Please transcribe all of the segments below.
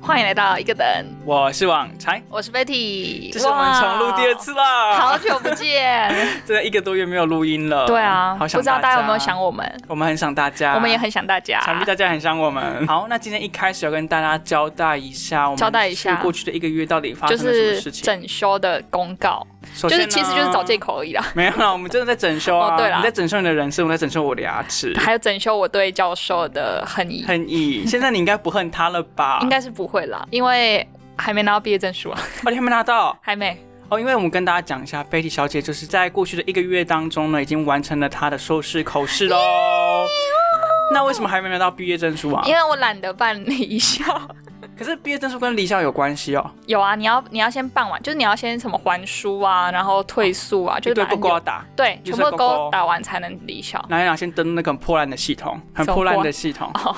欢迎来到一个等，我是网柴，我是 Betty，这是我们重录第二，次啊哇啦，好，久不 见。这一个多月没有录音了，对啊，呃好不想知道大家有没有我，想我们，我们很想大家，我们也很想大家。想必大家很想我们。好，那今天一开始要跟大家交代一下，我们交代一下去过去的一个月到底发就生了什么是事情。整修的公告，首就是先呢其实就是找借。口而已啦。没有啦，我们真的在整修啊！哦对啦你在整修你的人生，我在整修我的牙 齿。还有整修我对教授的恨意，恨意，现在你应该不恨他了吧？应，该是不会啦，因为还没拿到毕业证书啊，哦，你还没拿到还没。哦，因为我们跟大家讲一下，贝蒂小姐就是在过去的一个月当中呢，已经完成了她的硕士口试喽。那为什么还没拿到毕业证书啊？因为我懒得办离啊校。可是毕业证书跟离校有关系哦，有啊，你要你要先办完，就是你要先什么还书啊，然后退宿啊，就是一堆把勾勾要打，对，一堆全部勾勾勾打完才能离校。然后要先登那个很破烂的系统，很什么破烂破的系统，哦，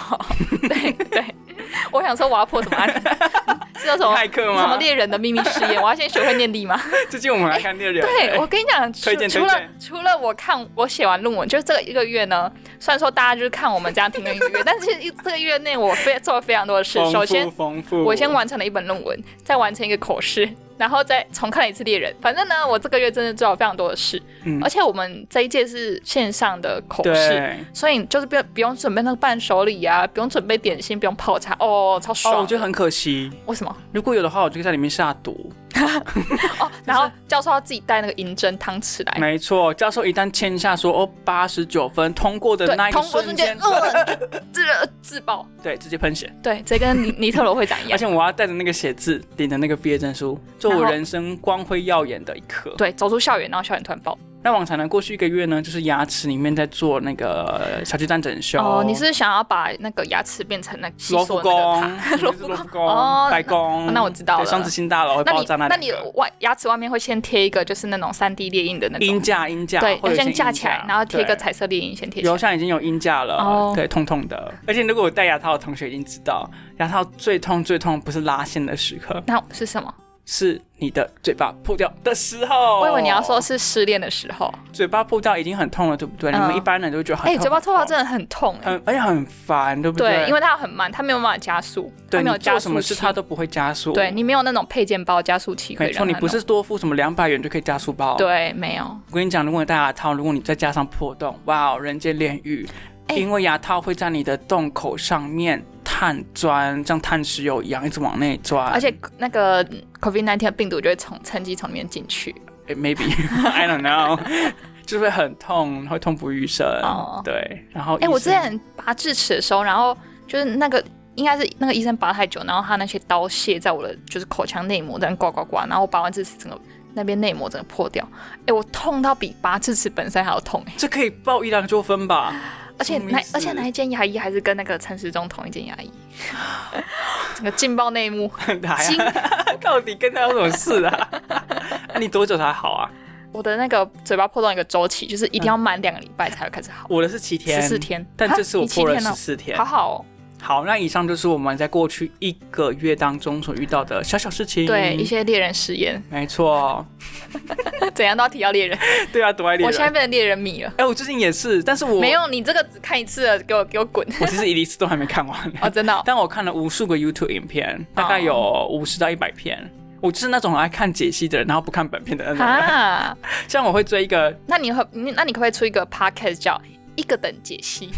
对对， 我想说我要破什么案？ 是有什么骇客什么吗？猎人的秘密实验？我要先学会念力 吗？最近我们来看猎人，哎对，我跟你讲，除推荐除了推除了我看我写完论文，就是这个一个月呢，虽然说大家就是看我们这样听了一个月，但是一这个月内我非做了非常多的事哎丰。富首先，丰富，我先完成了一本论文，再完成一个口试，然后再重看了一次猎人。反正呢，我这个月真的做了非常多的事，嗯而且我们这一届是线上的口试，对。哦所以你就是不用不用准备那个伴手礼啊，不用准备点心，不用泡茶，哦，超爽。哦，我觉得很可惜， 为什么？如果有的话，我就在里面下毒。哦，然后教授要自己带那个银针汤匙来。没错，教授一旦签下说哦八十九分通过的对那，一个通过瞬瞬间间，，呃， 自自爆，对，直接喷血。对，直接跟尼尼特罗会 长一而样，且我要带着那个写字，领着那个毕业证书，做我然后人生光辉耀眼的一刻。对，走出校园，然后校园突然爆。那往常呢，过去一个月呢，就是牙齿里面在做那个小鸡蛋整修。哦，你是想要把那个牙齿变成那个吸罗浮缩的那宫个塔？，罗浮 宫哦白宫那。那我知道了对双子星大楼会那爆你炸那两你个外牙齿外面会先贴一个，就是那种三 D 猎印的那鹰种，架，鹰架，对，会要有一些先架鹰起来，然后贴一个对彩色猎印先贴起油来。箱已经有音架了，哦对，痛痛的。而且如果我戴牙套的同学一定知道，牙套最痛最痛不是拉线的时刻，那是什么？是你的嘴巴破掉的时候。我以为你要说是失恋的时候。嘴巴破掉已经很痛了，对不对？嗯你们一般人都会觉得很哎、痛。嘴巴抽到这真的很痛哎、很而且很烦，嗯对不对，因为为它很慢，它没有办法加速，它对没你有加做速什么事器它都不会加速。对，你没有那种配件包加速器可以没错，让它你不是啊多付什么两百元就可以加速包。弄。对，没有。我跟你讲，如果你戴牙套，如果你再加上破洞，哇，哦，人间炼狱！哎因为牙套会在你的洞口上面探钻，像探石油一样一直往内钻。而且那个 COVID 1 9的病毒就会从趁机从里面进去。诶 maybe I don't know，就是 会很痛，会痛不欲生。哦对，然后哎、我医之生前拔智齿的时候，然后就是那个应该是那个医生拔太久，然后他那些刀屑在我的就是口腔内膜在那刮刮刮，然后我拔完智齿整个那边内膜整个破掉，哎、我痛到比拔智齿本身还要痛哎、这可以报医疗纠纷吧？ 而且什么意那思而且那一间牙医还是跟那个陈时中同一间牙医， 整个劲爆内幕，惊还啊到底跟他有什么事 啊？啊你多久才好啊？我的那个嘴巴破洞一个周期，就是一定要满两个礼拜才会开始好，我的是七嗯天，十四，天，但哈这次我你七破了天十哦四天。好好、哦，好，那以上就是我们在过去一个月当中所遇到的小小事情。对一些猎人实验， 没错，怎样都要提到猎人。对啊，多爱猎我现在人。变成猎人迷了。哎、我最近也是，但是我没，有，你这个只看一次了，给我给我滚！我其实一次都还没看 完，哦，真的 哦、但我看了无数个 YouTube 影片，大概有五十到一百片。我就是那种很爱看解析的人，然后不看本片的那种人。啊，像我会追一个，那你会，你那你可不可以出一个 podcast 叫一个等解析？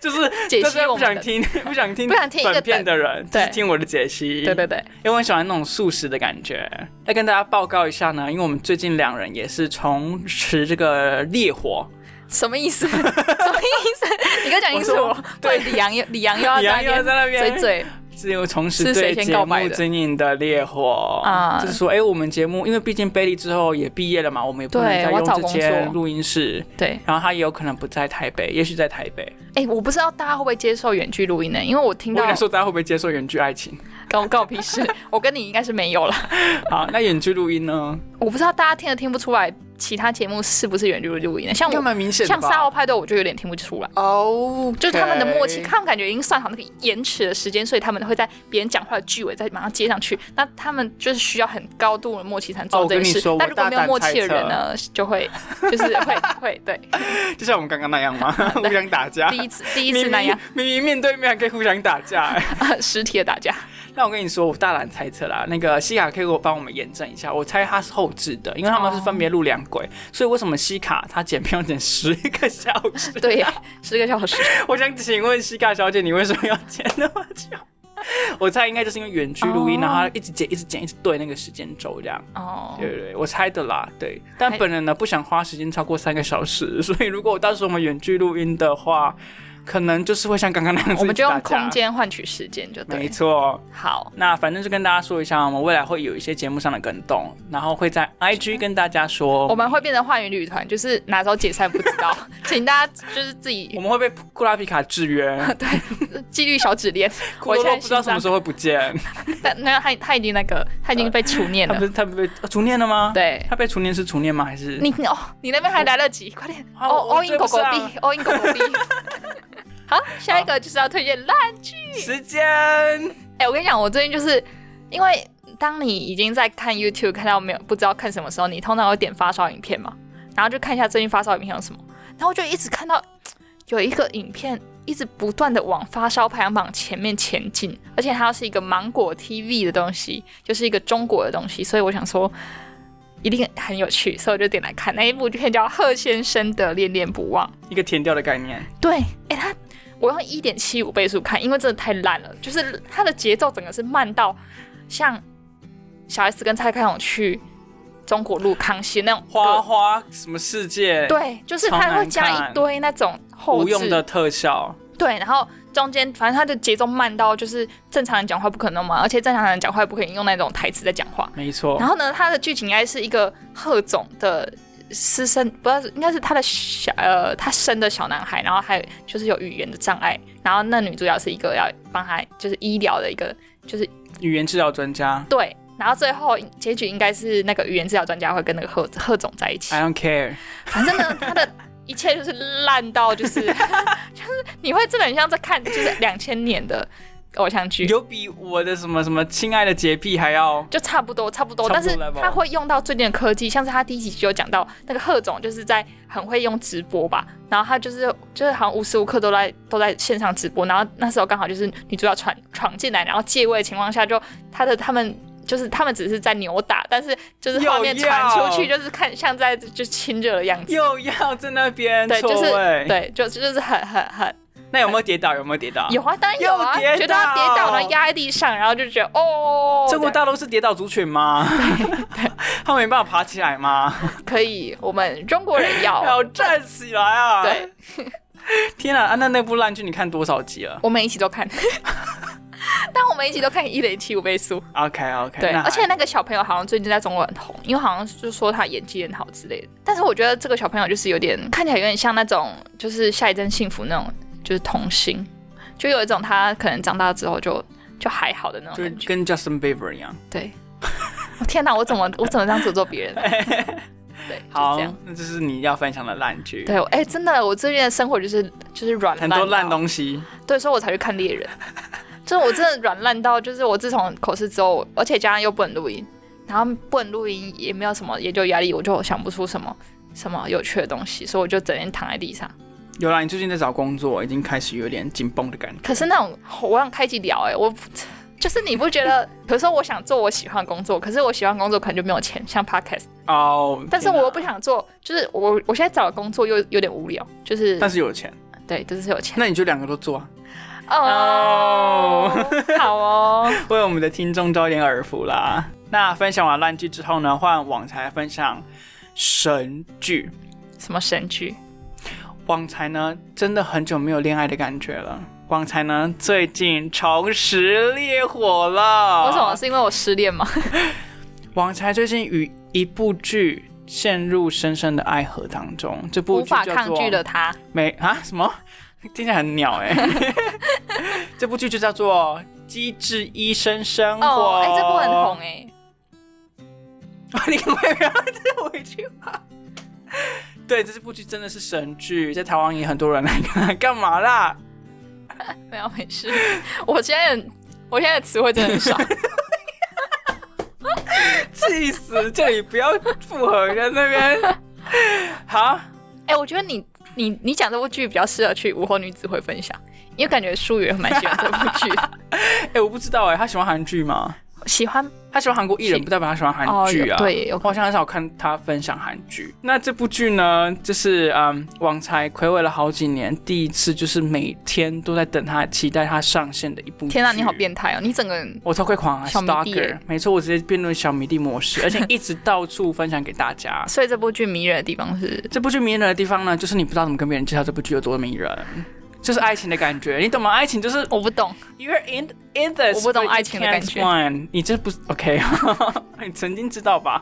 就是 解析大家我不们的想听、不想听、不想听一个本片的人，对就是听我的解析。对对对，因为我很喜欢那种素食的感觉。来跟大家报告一下呢，因为我们最近两人也是重拾这个烈火，什么意思？什 么意 思？你给我讲清楚 我说。对，李阳又李阳又要李阳又要在在那那边边嘴嘴，是有重是拾谁对先节告白目的经营的烈火啊就是说，哎、我们节目因为毕竟 Bailey 之后也毕业了嘛，我们也不能对再我用找这工间作录音室，对，然后他也有可能不在台北，也许在台北。哎、我不知道大家会不会接受远距录音呢？因为我听我到跟你说，大家会不会接受远距爱 情？关 我关我屁事，我跟你应该是没有了。好，那远距录音呢？我不知道大家听得听不出来，其他节目是不是远距录音呢？像应该我蛮明显的像吧？沙鸥派对，我就有点听不出来。哦就是他们的默契，他们感觉已经算好那个延迟的时间，所以他们会在别人讲话的句尾再马上接上去。那他们就是需要很高度的默契才能哦做我这件跟你事。说那我如果大没有胆默契的猜测人呢，就会就是会 会对 就像我们刚刚那样吗？互相打架 第。一次第一次那样明明，明明面对面还可以互相打架、哎 实体的打架。那我跟你说，我大胆猜测啦，那个西卡可以给我帮我们验证一下，我猜它是后置的，因为他们是分别录两轨，所以为什么西卡它剪片要剪十个小时？ 对啊呀，十个小时， 我想请问西卡小姐，你为什么要剪那么久？我猜应该就是因为远距录音，哦然后它一直剪，一直剪，一直对那个时间轴这样。哦，对对对，我猜的啦。对，但本人呢不想花时间超过三个小时，所以如果到时候我们远距录音的话，可能就是会像刚刚那样子，我们就用空。间换取时间就没对。错，好，那反正就跟大家说一下，我们未来会有一些节目上的跟动，然后会在 IG 跟大家说，我们会变成幻影旅团，就是哪时候解散不知 道，请大家就是自己我们会被库拉皮卡 制约，纪律小指 链。库洛洛不知道什么时候会不见， 但那他他已经那个他已经被除念他不了，是他被除念了吗？，对。他被除念是除念吗？还是你你哦，你那边还来得及，快点！啊我哦，我欧追英不狗狗上币，欧英狗狗 币。好，下一个就是要推荐烂剧。时间？哎、我跟你讲，我最近就是因为当你已经在看 YouTube 看到没有不知道看什么时候，你通常会点发烧影片嘛，然后就看一下最近发烧影片有什么，然后就一直看到有一个影片一直不断的往发烧排行榜前面前进，而且它是一个芒果 TV 的东西，就是一个中国的东西，所以我想说。一定很有趣，所以我就点来看那一部片叫《贺先生的恋恋不忘》。一个填掉的概念，对，哎、他我用一点七五倍速看，因为真的太烂了，就是他的节奏整个是慢到像小 S 跟蔡康永去中国路康熙那种花歌，花什么世界？，对，就是超他难会加看一堆那种后无用置的特效。对，然后中间反正他的节奏慢到就是正常人讲话不可能嘛，而且正常人讲话也不可以用那种台词在讲话。没错哦然，后呢，他的剧情应该是一个贺总的呃私生，不知道是应该是他的小呃他生的小男孩，然后还有就是有语言的障碍，然后那女主角是一个要帮他就是医疗的一个就是语言治疗专家对，然后最后结局应该是那个语言治疗专家会跟那个贺贺总在一起，I，don't care。反正呢他的。一切就是烂到就是 就是你会真的很像在看就是两千年的偶像剧，有比我的什么什么亲爱的洁癖还 要就差不多，差不多，啊差但不多是 level 他会用到最近的科技，像是他第一集就有讲到那个贺总就是在很会用直播吧，然后他就是就是好像无时无刻都在都在线上直播，然后那时候刚好就是女主角闯闯进来，然后借位的情况下就他的他们。就是他们只是在扭打，但是就是画面又要传出去，就是看像在就亲热的样子，又要在那边对，就是错位？对，就就是很很很那有没有跌倒？有没有跌倒？有啊，当然有啊，又觉跌倒得他跌倒然后压在地上，然后就觉得哦，中国大陆是跌倒族群吗？他们没办法爬起来吗？可以，我们中国人 要要站起来啊！对，，天啊，啊那那部烂剧你看多少集了我们一起都看， 但我们一起都看一点七五倍速。 ？OK OK，对，而且那个小朋友好像最近在中国很红，因为好像就说他演技很好之类的。但是我觉得这个小朋友就是有点看起来有点像那种就是下一站幸福那种，就是童星，就有一种他可能长大之后就就还好的那种就感觉。跟 Justin Bieber 一样。对，我 天哪，我怎么我怎么这样诅咒别 人？对，就是好这样。，那这是你要分享的烂剧，对，哎、真的，我最近的生活就是就是软很多到烂东西。对，所以我才去看猎人。就是我真的软烂到，就是我自从口试之后，而且加上又不能录音，然后不能录音也没有什么研究压力，我就想不出什么什么有趣的东西，所以我就整天躺在地上。有啦，你最近在找工作，已经开始有点紧绷的感觉。可是那种我想开机聊、欸，哎，我就是你不觉得？ 有时候我想做我喜欢的工作，可是我喜欢的工作可能就没有钱，像 podcast，哦，但是我又不天想做，就是我我现在找的工作又有点无聊，就是哪，但是有钱，对，就是有钱那你就两个都做啊，哦，好哦，为我们的听众招一点耳福啦。那分享完烂剧之后呢，换网才分享神剧。什么神剧？网才呢，真的很久没有恋爱的感觉了。网才呢，最近重拾烈火了。为什么？是因为我失恋吗？网才最近与一部剧陷入深深的爱河当中，这部无剧叫法做抗拒的他，没啊什么，听起来很鸟 哎、这部剧就叫做《机智医生生活》哦，哎、这部很红哎、 你可不可以不要再回去吧？对，这部剧真的是神剧，在台湾也很多人来看，干嘛啦？没有没事，我现在很我现在的词汇真的很 少，气死！叫你不要附和人家那边。 好，哎、我觉得你你你讲这部剧比较适合去午后女子会分享，因为感觉舒也蛮喜欢这部剧， 哎、我不知道哎、他喜欢韩剧吗？喜欢他喜欢韩国艺人，是不代表他喜欢韩哦，剧啊。有对，有我好像很少看他分享韩剧。那这部剧呢，就是嗯，网才暌违了好几年，第一次就是每天都在等他，期待他上线的一部剧。天哪、你好变态哦！你整个人我超会狂啊小迷弟，Stalker，耶。没错，我直接辩论小迷弟模式，而且一直到处分享给大家所以这部剧迷人的地方是，这部剧迷人的地方呢，就是你不知道怎么跟别人介绍这部剧有多迷人，就是爱情的感觉，你懂吗？爱情就是我不懂， You're in in this，我不懂 but you 爱情的感觉 can't find 你这不是 OK？你 曾经知道吧？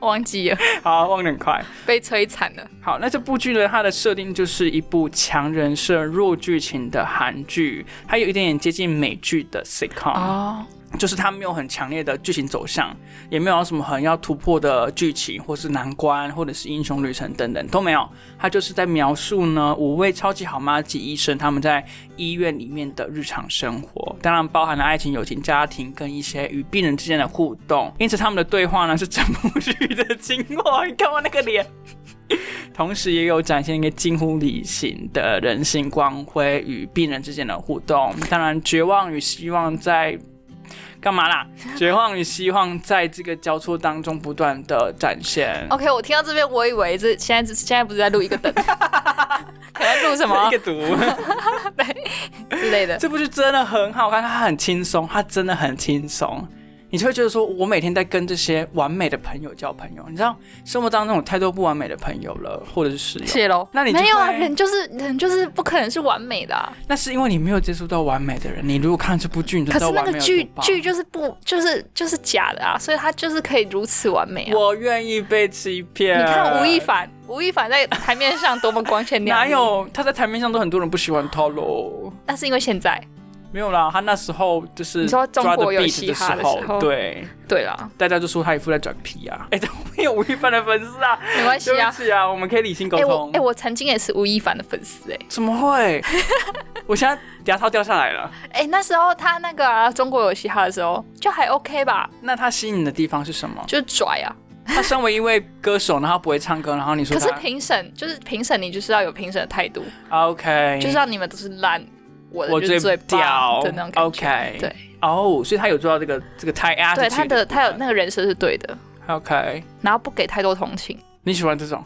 忘记了，好，忘得很快。被摧残了。好，那这部剧呢，它的设定就是一部强人设弱剧情的韩剧，它有一点点接近美剧的 sitcom，、哦，就是它没有很强烈的剧情走向，也没有什么很要突破的剧情，或是难关，或者是英雄旅程等等都没有。它就是在描述呢五位超级好妈级医生他们在医院里面的日常生活，当然包含了爱情、友情、家庭跟一些与病人之间的互动。因此，他们的对话呢是整部剧的精华。你看我那个脸。 同时也有展现一个近乎理性的人性光辉与病人之间的互动。当然，绝望与希望在干嘛啦？绝望与希望在这个交错当中不断的展现。 OK，我听到这边，我以为这现在这现在不是在录一个 等，可能在录什么一个毒，之类的。这部剧真的很好看，它很轻松，它真的很轻松。你就会觉得说，我每天在跟这些完美的朋友交朋友，你知道生活当中有太多不完美的朋友了，或者是室友。谢喽，那你就没有啊？会人就是人就是不可能是完美的、啊，那是因为你没有接触到完美的人。你如果看这部剧，你就可知道是那个完美有剧多棒。剧就是不就是就是假的啊，所以它就是可以如此完美啊。我愿意被欺骗。你看吴亦凡，吴亦凡在台面上多么光鲜亮 哪丽，？有他在台面上都很多人不喜欢他喽？那是因为现在没有啦，他那时候就是你说中抓的国有 beat 嘻哈的的时时候对，对啦，大家就说他一副在转皮啊。哎、这没有吴亦凡的粉丝啊，没关系对不啊。起啊，我们可以理性沟哎、我通。哎、我曾经也是吴亦凡的粉丝哎怎么会？ 我现在牙套掉下来了。哎，欸那时候他那个、啊、中国有嘻哈的时候就还 OK 吧，？那他吸引你的地方是什么 就是拽啊。他身为一位歌手，然后不会唱歌，然后你说可他是评审就是评审，你就是要有评审的态度，啊 OK，就是让你们都是烂，我的哎我就是最屌棒的那种感觉。 OK，对哦所以他有做到这个这个 tie attitude 对他的部他有分那个人设是对的， OK，然后不给太多同情。你喜欢这种？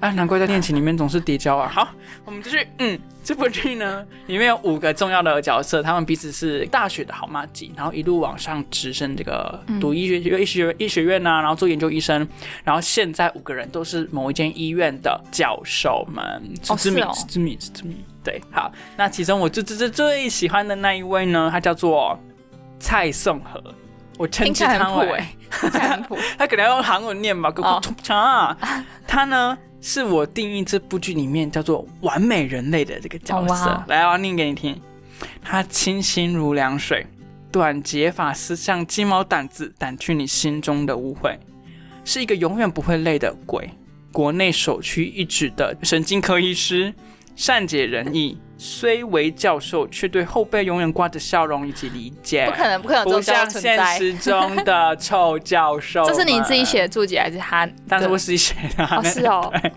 啊，难怪在恋情里面总是叠交啊。好，我们继续。嗯，这部剧呢，里面有五个重要的角色，他们彼此是大学的好妈鸡，然后一路往上直升这个嗯读医学医学医学院啊，然后做研究医生，然后现在五个人都是某一间医院的教授们，是哦知名、是哦是知名是知名。对，好，那其中我最最最最喜欢的那一位呢，他叫做蔡颂和，我称听之起来很他酷为。哎、听起来 很酷。他可能要用韩文念吧，哦啊，他呢是我定义这部剧里面叫做完美人类的这个角哦色。哇来，我要念给你听。他清新如凉水，短结发丝像鸡毛掸子，掸去你心中的污秽，是一个永远不会累的鬼。国内首屈一指的神经科医师，善解人意，虽为教授，却对后辈永远挂着笑容以及理解。不可能，不可能有哎不 这种教像授存现在。实哦中的臭教授。这是你自己，写的注解还是 他？但是我自己写的啊。哦是哦对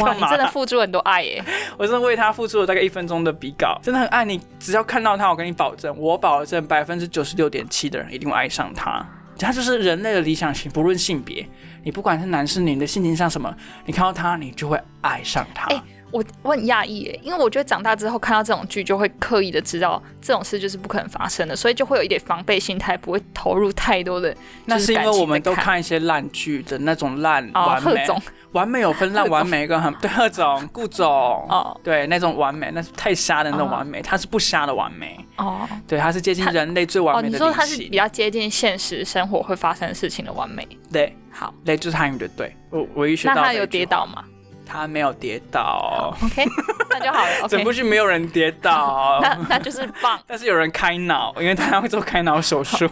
哇，干你嘛真的付出很多爱耶！ 我真的为他付出了大概一分钟的笔稿，真的很爱你。只要看到他，我跟你保证，我保证百分之九十六点七的人一定会爱上他。他就是人类的理想型，不论性别，你不管是男是女，你的性情上什么，你看到他，你就会爱上他。哎我我很讶异耶，因为我觉得长大之后看到这种剧，就会刻意的知道这种事就是不可能发生的，所以就会有一点防备心态，不会投入太多的那就是是因为感情我们在都看看一些烂剧的那种烂哦完贺美，总完美有分烂贺总完美跟很对贺总顾总哦对那种完美，那是太瞎的那种啊完美，它是不瞎的完美。哦对，它是接近人类最完哦，美你的说理它是性。比较接近现实生活会发生的事情的完美。对，好，对，就是韩语的对。我唯一学那到的他一句有跌倒吗话，他没有跌 倒， ？OK，那就 好了。整 OK，，部剧没有人跌倒 那那就是棒。但是有人开脑，因为他会做开脑 手术。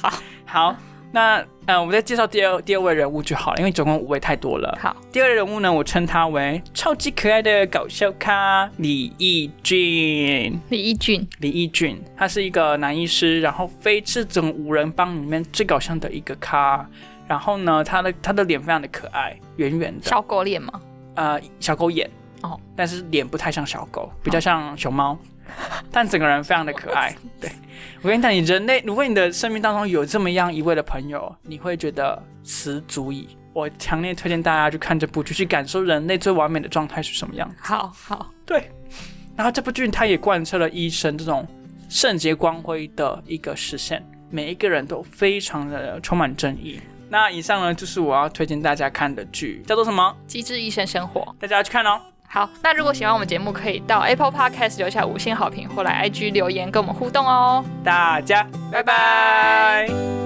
好， 好，那呃，我们再介绍第二第二位人物就好了，因为总共五位太多了。好，第二人物呢，我称他为超级可爱的搞笑咖李义俊。李义俊，李义俊，他是一个男医师，然后非是整五人帮里面最搞笑的一个咖。然后呢，他的他的脸非常的可爱，圆圆的，小狗脸吗？呃，小狗眼哦，但是脸不太像小狗，比较像熊猫。但整个人非常的可 爱。对，我跟你讲，你人类，如果你的生命当中有这么样一位的朋友，你会觉得十足矣。我强烈推荐大家去看这部剧，去感受人类最完美的状态是什么样。好好，对，然后这部剧它也贯彻了医生这种圣洁光辉的一个实现，每一个人都非常的充满正义。那以上呢，就是我要推荐大家看的剧，叫做什么？机智医生生活。大家去看哦。好，那如果喜欢我们节目，可以到 Apple Podcast 留下五星好评，或来 IG 留言跟我们互动哦。大家拜拜